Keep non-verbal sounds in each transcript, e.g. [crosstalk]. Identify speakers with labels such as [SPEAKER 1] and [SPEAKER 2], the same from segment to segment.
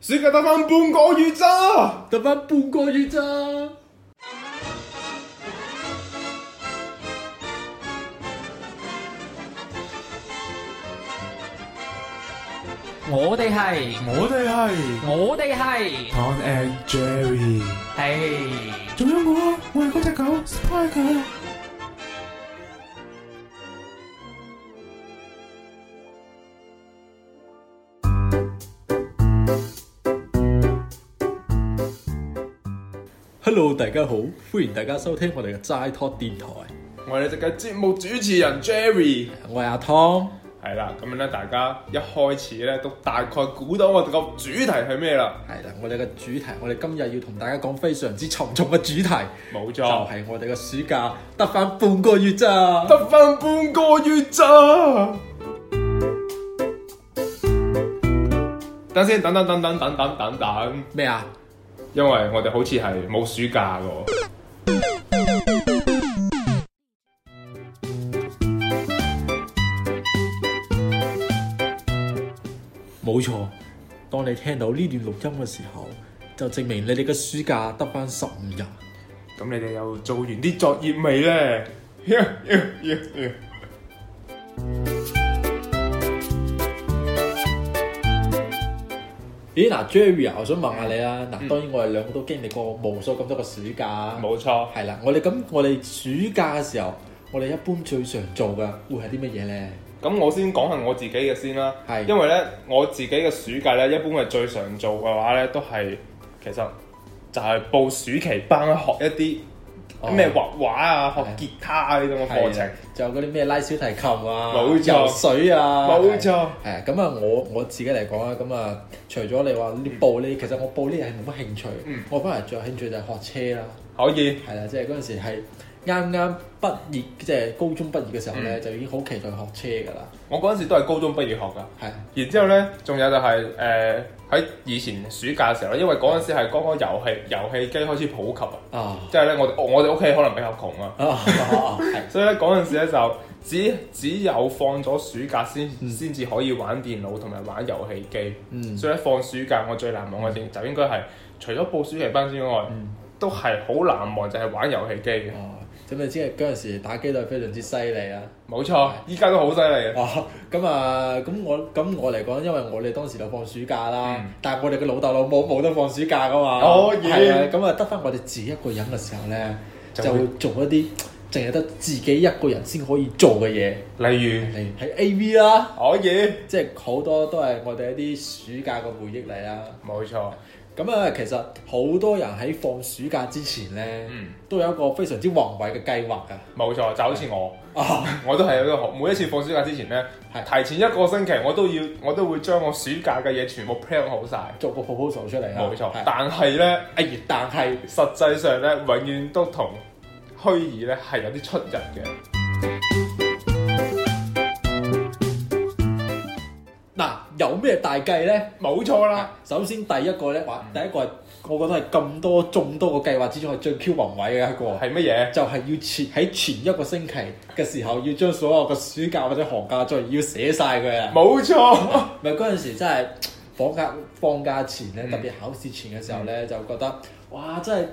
[SPEAKER 1] 暑假得翻半個月咋，
[SPEAKER 2] 得翻半個月咋。
[SPEAKER 3] 我哋係，
[SPEAKER 1] 我哋係
[SPEAKER 3] 我哋係，
[SPEAKER 1] Tom and Jerry，
[SPEAKER 3] 係。
[SPEAKER 1] 仲有我，啊我係嗰隻狗 Spike。
[SPEAKER 2] Hello，大家好，歡迎大家收聽我哋嘅齋 talk 電台，
[SPEAKER 1] 我係你哋嘅節目主持人 Jerry。
[SPEAKER 2] 我係阿湯。
[SPEAKER 1] 係啦，咁樣咧，大家一開始咧都大概估到我哋個主題係咩啦？
[SPEAKER 2] 係啦，我哋嘅主題，我哋今日要同大家講非常之沉重嘅主題，
[SPEAKER 1] 冇
[SPEAKER 2] 就
[SPEAKER 1] 錯，
[SPEAKER 2] 係我哋嘅暑假得翻半個月咋。
[SPEAKER 1] 得翻半個月咋。等先，等等等等等等等等，
[SPEAKER 2] 咩啊？
[SPEAKER 1] 因為我哋好似係冇暑假嘅喎。
[SPEAKER 2] 冇錯，當你聽到呢段錄音嘅時候，就證明你哋嘅暑假得翻十五日。
[SPEAKER 1] 咁你哋又做完啲作業未呢？
[SPEAKER 2] 咦嗱，Jerry 啊，我想問下你啊，嗱，當然我哋兩個都經歷過無數咁多個暑假，
[SPEAKER 1] 冇錯，
[SPEAKER 2] 係啦，我哋咁我哋暑假嘅時候，我哋一般最常做嘅會係啲乜嘢咧？
[SPEAKER 1] 咁我先講下我自己嘅先啦。
[SPEAKER 2] 係
[SPEAKER 1] 因為呢，我自己嘅暑假呢，一般係最常做嘅話呢，都係其實就係報暑期班學一
[SPEAKER 2] 哦
[SPEAKER 1] 啲咩畫畫啊、學
[SPEAKER 2] 係
[SPEAKER 1] 吉他啊呢種嘅課程。
[SPEAKER 2] 仲有嗰啲咩拉小提琴啊、
[SPEAKER 1] 冇錯
[SPEAKER 2] 游水啊，
[SPEAKER 1] 冇錯。
[SPEAKER 2] 係啊，咁啊，我我自己嚟講啊，咁啊，除咗你話呢報呢，其實我報呢係冇乜興趣，
[SPEAKER 1] 嗯
[SPEAKER 2] 我反而最有興趣就係學車啦。
[SPEAKER 1] 可以，
[SPEAKER 2] 係啦，即係嗰陣時係啱啱畢業，即係高中畢業嘅時候咧，
[SPEAKER 1] 嗯
[SPEAKER 2] 就已經好期待學車㗎啦。
[SPEAKER 1] 我嗰陣時都係高中畢業學㗎。
[SPEAKER 2] 係啊
[SPEAKER 1] 然之後呢，仲有就係誒喺以前暑假嘅時候呢，因為嗰陣時係剛剛遊戲遊戲機開始普及啊，
[SPEAKER 2] 啊
[SPEAKER 1] 即係呢，我哋我哋屋企可能比較窮啊。
[SPEAKER 2] 啊啊，係
[SPEAKER 1] 所以咧嗰陣時咧就只只有放咗暑假先先至可以玩電腦同埋玩遊戲機。
[SPEAKER 2] 嗯
[SPEAKER 1] [laughs] 所以咧放暑假我最難忘嘅點就應該係除咗報暑期班之外，
[SPEAKER 2] 嗯
[SPEAKER 1] 都係好難忘就係玩遊戲機嘅。
[SPEAKER 2] 哦，咁你知係嗰陣時打機都係非常之犀利啊！
[SPEAKER 1] 冇錯，依家都好犀利啊！
[SPEAKER 2] 哦，咁啊，咁我咁我嚟講，因為我哋當時就放暑假啦，
[SPEAKER 1] 嗯
[SPEAKER 2] 但係我哋嘅老豆老母冇得放暑假噶嘛，
[SPEAKER 1] 哦耶
[SPEAKER 2] 係啊，咁啊得翻我哋自己一個人嘅時候咧，
[SPEAKER 1] 就
[SPEAKER 2] 就會做一啲淨係得自己一個人先可以做嘅嘢，
[SPEAKER 1] 例如
[SPEAKER 2] 例如喺 A V 啦，
[SPEAKER 1] 可以，
[SPEAKER 2] 即係好多都係我哋一啲暑假嘅回憶嚟啦。
[SPEAKER 1] 冇錯，
[SPEAKER 2] 咁啊，其實好多人喺放暑假之前咧，
[SPEAKER 1] 嗯
[SPEAKER 2] 都有一個非常之宏偉嘅計劃㗎。
[SPEAKER 1] 冇錯，就好似我。
[SPEAKER 2] 啊，
[SPEAKER 1] 我都係有呢個學，每一次放暑假之前呢，
[SPEAKER 2] 係
[SPEAKER 1] 提前一個星期我都要，我都會將我暑假嘅嘢全部 plan 好晒。
[SPEAKER 2] 做個 proposal 出嚟啊，
[SPEAKER 1] 冇錯，
[SPEAKER 2] 係
[SPEAKER 1] 但係呢。
[SPEAKER 2] 哎但係。
[SPEAKER 1] 實際上咧，永遠都同虛擬咧係有啲出入嘅。
[SPEAKER 2] 嗱，有咩大計咧？
[SPEAKER 1] 冇錯啦，嗯
[SPEAKER 2] 啊，首先第一個咧，話第一個係我覺得係咁多眾多個計劃之中係最 Q 宏偉嘅一個，
[SPEAKER 1] 係乜嘢？
[SPEAKER 2] 就係要前喺前一個星期嘅時候，要將所有嘅暑假或者寒假作業要寫晒佢啊！
[SPEAKER 1] 冇
[SPEAKER 2] [laughs]
[SPEAKER 1] 錯，
[SPEAKER 2] 咪嗰陣時真係放假放假前咧，
[SPEAKER 1] 嗯
[SPEAKER 2] 特別考試前嘅時候咧，就覺得哇，真係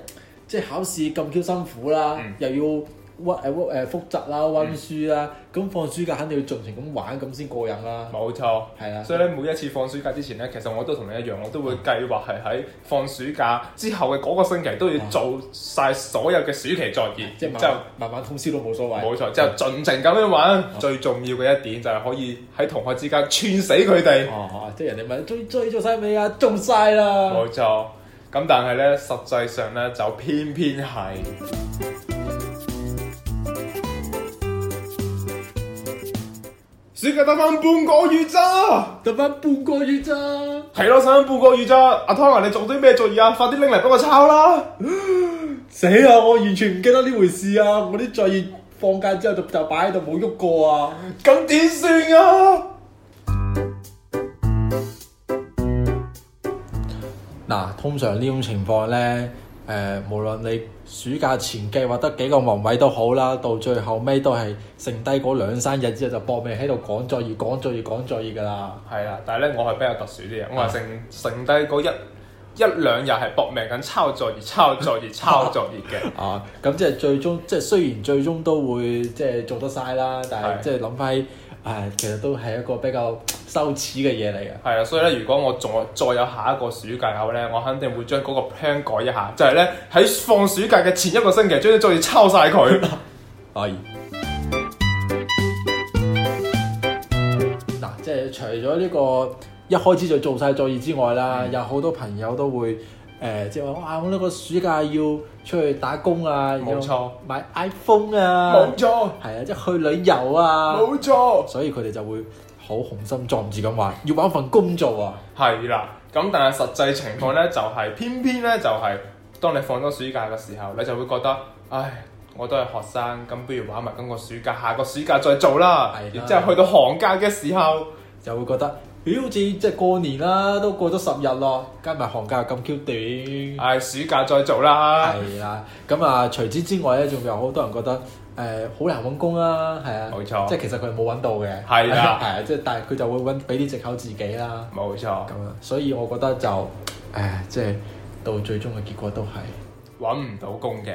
[SPEAKER 2] 即係考試咁 Q 辛苦啦
[SPEAKER 1] 嗯，
[SPEAKER 2] 又要温誒温誒呃複習啦、温書啦，咁放暑假肯定要盡情咁玩咁先過癮啦，
[SPEAKER 1] 冇錯。
[SPEAKER 2] 係啦。
[SPEAKER 1] 嗯所以咧，每一次放暑假之前咧，其實我都同你一樣，我都會計劃係喺放暑假之後嘅嗰個星期都要做晒所有嘅暑期作業，
[SPEAKER 2] 啊即
[SPEAKER 1] 然
[SPEAKER 2] 係慢
[SPEAKER 1] 之後
[SPEAKER 2] 慢慢慢通宵都冇所謂。
[SPEAKER 1] 冇錯，之後盡情咁樣玩。最重要嘅一點就係可以喺同學之間串死佢哋。
[SPEAKER 2] 哦，即係人哋問追追咗晒未啊？中晒啦！
[SPEAKER 1] 冇錯。咁但係咧，實際上咧就偏偏係。暑假得翻半個月咋？
[SPEAKER 2] 得翻半個月咋？
[SPEAKER 1] 係咯，剩半個月咋？阿湯啊，你做啲咩作業啊？快啲拎嚟俾我抄啦！
[SPEAKER 2] 死啦！我完全唔記得呢回事啊！我啲作業放假之後就就擺喺度冇喐過啊！
[SPEAKER 1] 咁點算啊？
[SPEAKER 2] 嗱，通常呢種情況咧，誒，無論你暑假前計劃得幾個忙位都好啦，到最後尾都係剩低嗰兩三日之後就搏命喺度趕作業、趕作業、趕作業㗎啦。
[SPEAKER 1] 係啦，但係咧我係比較特殊啲嘅，啊我係剩剩低嗰一一兩日係搏命緊抄作業、抄作業、抄作業嘅。
[SPEAKER 2] 啊，咁即係最終，即係雖然最終都會即係做得晒啦，但係
[SPEAKER 1] 係
[SPEAKER 2] 即係諗翻起，唉，其實都係一個比較羞恥嘅嘢嚟嘅。
[SPEAKER 1] 係啊，所以咧，如果我仲有再有下一個暑假嘅話咧，我肯定會將嗰個 plan 改一下，就係咧喺放暑假嘅前一個星期將啲作業抄晒佢。
[SPEAKER 2] 係。嗱，即係除咗呢個一開始就做晒作業之外啦，
[SPEAKER 1] 嗯
[SPEAKER 2] 有好多朋友都會誒、呃即係話哇，我呢個暑假要出去打工啊，
[SPEAKER 1] 冇錯，
[SPEAKER 2] 要買 iPhone
[SPEAKER 1] [laughs]
[SPEAKER 2] 啊
[SPEAKER 1] 冇，錯，
[SPEAKER 2] 係啊，即係去旅遊啊，
[SPEAKER 1] 冇錯，
[SPEAKER 2] 所以佢哋就會好雄心壯志咁話要揾份工做啊。
[SPEAKER 1] 係啦。咁但係實際情況咧，就係偏偏咧就係當你放咗暑假嘅時候，你就會覺得，唉，我都係學生，咁不如玩埋今個暑假，下個暑假再做啦
[SPEAKER 2] 係啦。
[SPEAKER 1] 然之後去到寒假嘅時候。
[SPEAKER 2] 就會覺得，咦，好似即係過年啦，都過咗十日咯，加埋寒假又咁 Q 短。
[SPEAKER 1] 唉，暑假再做啦。
[SPEAKER 2] 係啦，咁啊，除此之外咧，仲有好多人覺得誒好、難揾工啦，係啊，
[SPEAKER 1] 冇錯
[SPEAKER 2] 即係其實佢冇揾到嘅，
[SPEAKER 1] 係啦
[SPEAKER 2] [laughs] 係啊，即係但係佢就會揾俾啲藉口自己啦，
[SPEAKER 1] 冇錯
[SPEAKER 2] 咁，樣，所以我覺得就誒、即係到最終嘅結果都係
[SPEAKER 1] 揾唔到工嘅。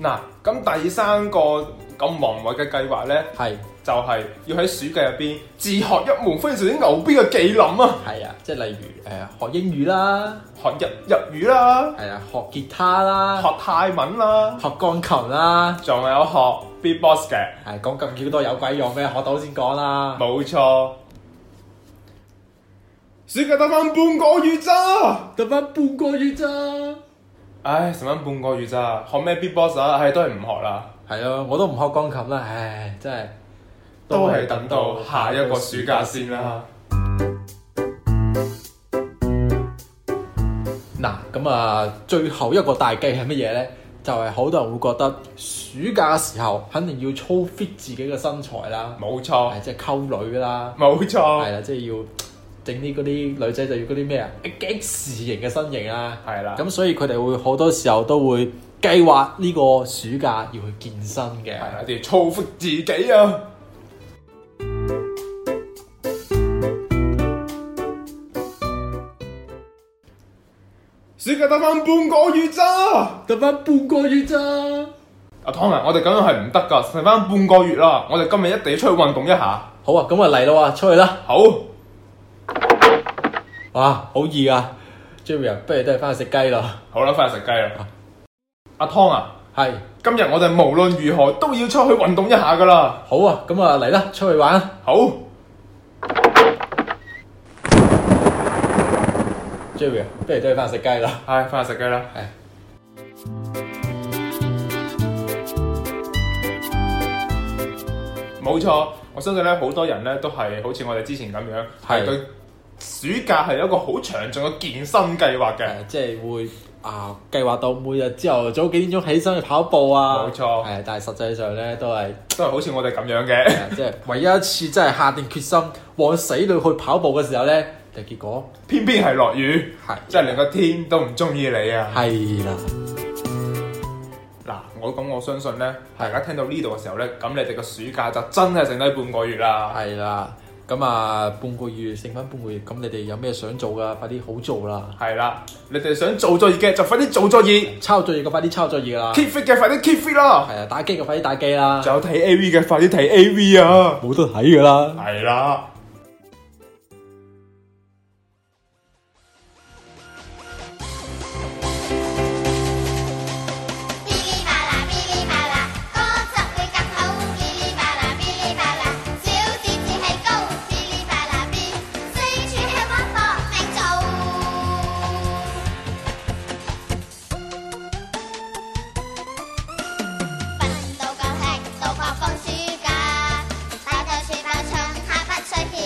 [SPEAKER 1] 嗱，咁第三個咁忙碌嘅計劃呢，
[SPEAKER 2] 係
[SPEAKER 1] 就係、要喺暑假入邊自學一門非常之牛逼嘅技能啊！
[SPEAKER 2] 係啊，即係例如誒、學英語啦，
[SPEAKER 1] 學日日語啦，
[SPEAKER 2] 係啊，學吉他啦，
[SPEAKER 1] 學泰文啦，
[SPEAKER 2] 學鋼琴啦，
[SPEAKER 1] 仲有學 beatbox 嘅，
[SPEAKER 2] 係講咁多有鬼用咩？學到先講啦，
[SPEAKER 1] 冇錯。暑假得翻半個月咋？
[SPEAKER 2] 得翻半個月咋。
[SPEAKER 1] 唉，剩翻半個月咋？學咩 beatbox 啊？唉，都係唔學啦。
[SPEAKER 2] 係啊，我都唔學鋼琴啦，唉，真係
[SPEAKER 1] 都係等到下一個暑假先啦。
[SPEAKER 2] 嗱，咁啊，最後一個大計係乜嘢呢？就係、好多人會覺得暑假嘅時候肯定要操 fit 自己嘅身材啦，
[SPEAKER 1] 冇錯，
[SPEAKER 2] 係即係溝女啦，
[SPEAKER 1] 冇
[SPEAKER 2] 係
[SPEAKER 1] 錯，
[SPEAKER 2] 啦，即係要整啲嗰啲女仔就要嗰啲咩啊 X 型嘅身形啊啦。
[SPEAKER 1] 係啦。
[SPEAKER 2] 咁所以佢哋會好多時候都會計劃呢個暑假要去健身嘅
[SPEAKER 1] 係。啦，要操服自己啊！暑假得翻半個月咋？
[SPEAKER 2] 得翻半個月咋？
[SPEAKER 1] 阿湯啊，我哋咁樣係唔得噶，剩翻半個月啦，我哋今日一定要出去運動一下。
[SPEAKER 2] 好啊，咁啊嚟啦喎，出去啦！
[SPEAKER 1] 好，
[SPEAKER 2] 哇，好易啊！Jerry 啊，不如都係翻去食雞啦。
[SPEAKER 1] 好啦，翻去食雞
[SPEAKER 2] 啊
[SPEAKER 1] 啦。阿湯啊，
[SPEAKER 2] 係，
[SPEAKER 1] 今日我哋無論如何都要出去運動一下噶啦。
[SPEAKER 2] 好啊，咁啊嚟啦，出去玩啊
[SPEAKER 1] 好，
[SPEAKER 2] ！Jerry 啊，不如都係翻去食雞啦。
[SPEAKER 1] 唉，翻去食雞啦。
[SPEAKER 2] 係。
[SPEAKER 1] 冇錯，我相信咧好多人咧都係好似我哋之前咁樣，
[SPEAKER 2] 係
[SPEAKER 1] 係對暑假係有一個好詳盡嘅健身計劃嘅。
[SPEAKER 2] 誒，即係會啊，計劃到每日朝頭早幾點鐘起身去跑步啊。
[SPEAKER 1] 冇錯
[SPEAKER 2] 係，但係實際上咧都係
[SPEAKER 1] 都係好似我哋咁樣嘅。 [laughs]
[SPEAKER 2] 誒即係 [laughs] 唯一一次真係下定決心往死裏去跑步嘅時候咧，就結果
[SPEAKER 1] 偏偏係落雨，
[SPEAKER 2] 係
[SPEAKER 1] 即係連個天都唔中意你啊！
[SPEAKER 2] 係啦，
[SPEAKER 1] 嗱，我咁我相信咧，大
[SPEAKER 2] 係
[SPEAKER 1] 家聽到呢度嘅時候咧，咁你哋個暑假就真係剩低半個月啦。
[SPEAKER 2] 係啦。咁啊，半個月剩翻半個月，咁你哋有咩想做噶？快啲好做啦！
[SPEAKER 1] 係啦，你哋想做作業嘅就快啲做作業
[SPEAKER 2] 抄作業嘅快啲抄作業啦！
[SPEAKER 1] ，keep fit 嘅快啲 keep fit 啦，
[SPEAKER 2] 係啊，打機嘅快啲打機啦！
[SPEAKER 1] 仲有睇 A V 嘅快啲睇 A V 啊！
[SPEAKER 2] 冇得睇噶啦。
[SPEAKER 1] 係啦。
[SPEAKER 4] 噼里啪啦，噼里啪啦，歌作會更好。噼里啪啦，噼里啪啦，小節節係高。噼里啪啦，噼，四處係揾搏命做。瞓到夠吃，度過放暑假，打到處跑，唱下不睡覺，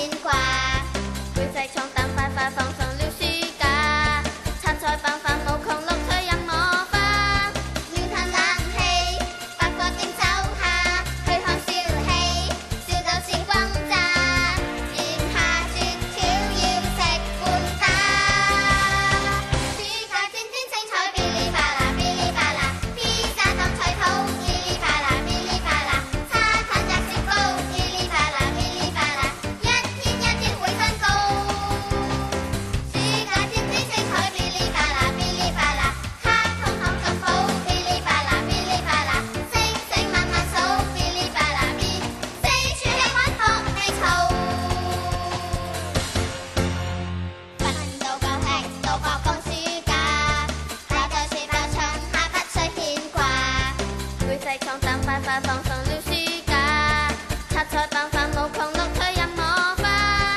[SPEAKER 4] 再爆發無窮樂趣任我花。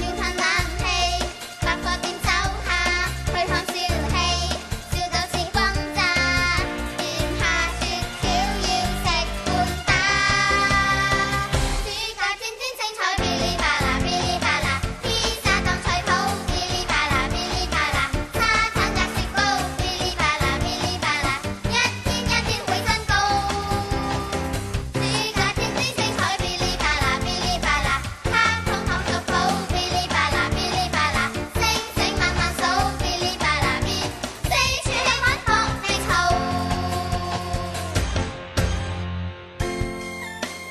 [SPEAKER 4] 要嘆冷氣，百貨店手下去看笑戲，笑到似轟炸。炎夏雪條要食半打。暑假天天精彩，噼哩啪啦噼哩啪啦，披薩當菜譜，噼哩啪啦噼哩啪啦，沙灘壓雪糕，噼哩啪啦噼哩啪啦，一天一天會增高。暑假天天精彩，噼哩啪啦噼哩啪啦，卡通糖粥鋪，噼哩啪啦噼哩啪啦，星星慢慢數，噼哩啪啦噼，四處氣溫搏命嘈。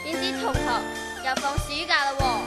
[SPEAKER 5] 燕子同學又放暑假啦喎，